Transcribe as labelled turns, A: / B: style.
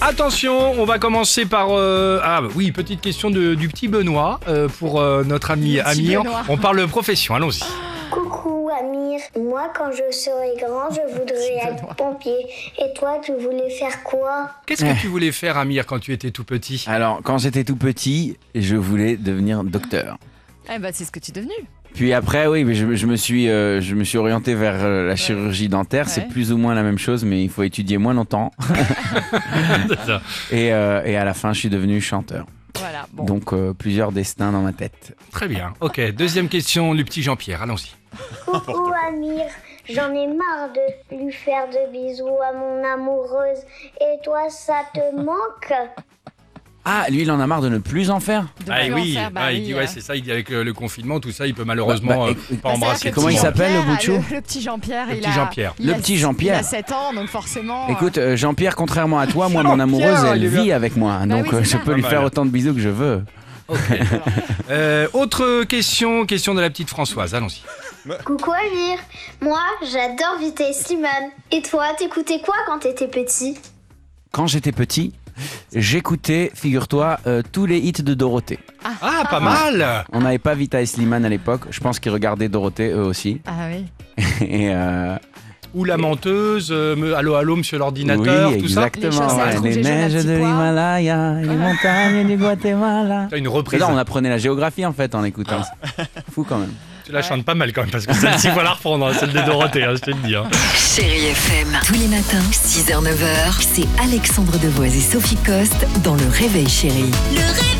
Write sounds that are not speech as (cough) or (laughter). A: Attention, on va commencer par euh, ah bah oui petite question de- du petit Benoît euh, pour euh, notre ami
B: Le petit
A: Amir.
B: Benoît.
A: On parle profession, allons-y.
C: Coucou Amir, moi quand je serai grand, je voudrais être pompier. Et toi, tu voulais faire quoi
A: Qu'est-ce que tu voulais faire Amir quand tu étais tout petit
D: Alors, quand j'étais tout petit, je voulais devenir docteur.
B: Eh ben, c'est ce que tu es devenu.
D: Puis après, oui, mais je, je me suis, euh, je me suis orienté vers euh, la chirurgie dentaire.
B: Ouais.
D: C'est plus ou moins la même chose, mais il faut étudier moins
A: (laughs)
D: longtemps. (laughs) Et, euh, et à la fin, je suis devenu chanteur.
B: Voilà. Bon.
D: Donc, euh, plusieurs destins dans ma tête.
A: Très bien. OK, deuxième question du petit Jean-Pierre, allons-y.
C: Coucou Amir, j'en ai marre de lui faire de bisous à mon amoureuse. Et toi, ça te manque
D: Ah, lui, il en a marre de ne plus en faire.
B: De
A: Ah
B: plus en
A: oui,
B: faire, bah
A: ah, il
B: oui,
A: dit
B: euh.
A: ouais, c'est ça, il dit avec euh, le confinement tout ça, il peut malheureusement
D: Bah, bah,
A: euh,
D: éc-
A: pas
B: Bah, c'est-à-dire
A: embrasser. tout
B: que
D: Comment
A: le
D: il
A: monde.
D: s'appelle le
B: Jean-Pierre,
D: Bouchou
B: Le, le petit Jean-Pierre,
A: Le
B: il
A: petit
B: a.
A: Jean-Pierre.
B: il
D: Le
B: a-
D: petit
B: Il
D: Jean-Pierre.
B: a 7 ans, donc forcément. euh,
D: Écoute, euh, Jean-Pierre, contrairement à toi, moi, mon
A: Oh. Jean-Pierre,
D: amoureuse,
A: il
D: elle
A: est bien.
D: vit avec moi.
B: Bah
D: donc,
B: oui, c'est
D: euh, je
B: ça.
D: peux
A: Pas
D: lui
A: mal.
D: faire autant de bisous que je veux.
A: Euh, autre question, question de la petite Françoise, allons-y.
C: Coucou Amir, moi j'adore Vité Slimane. Et toi, t'écoutais quoi quand t'étais petit
D: Quand j'étais petit, j'écoutais, figure-toi, euh, tous les hits de Dorothée.
A: Ah, pas mal.
D: On n'avait pas Vita et Slimane à l'époque. Je pense qu'ils regardaient Dorothée eux aussi. (laughs)
B: Ah oui.
D: Et euh,
A: Ou la menteuse, euh, me- allô allô monsieur l'ordinateur,
D: oui,
A: tout ça.
D: exactement.
B: Les chaussettes rouges et
D: les
B: jaunes à
D: neiges
B: petits
D: de
B: pois.
D: l'Himalaya, les montagnes du Guatemala.
A: (laughs) T'as une
D: Et
A: reprise.
D: là, on apprenait la géographie en fait en écoutant.
A: Ah.
D: Fou quand même.
A: Tu la chantes pas mal quand même parce que celle-ci va la reprendre, hein, celle de Dorothée, hein, je te le dis. hein.
E: Chérie FM. Tous les matins, 6h, 9h, c'est Alexandre Devoise et Sophie Coste dans Le Réveil Chérie. Le Réveil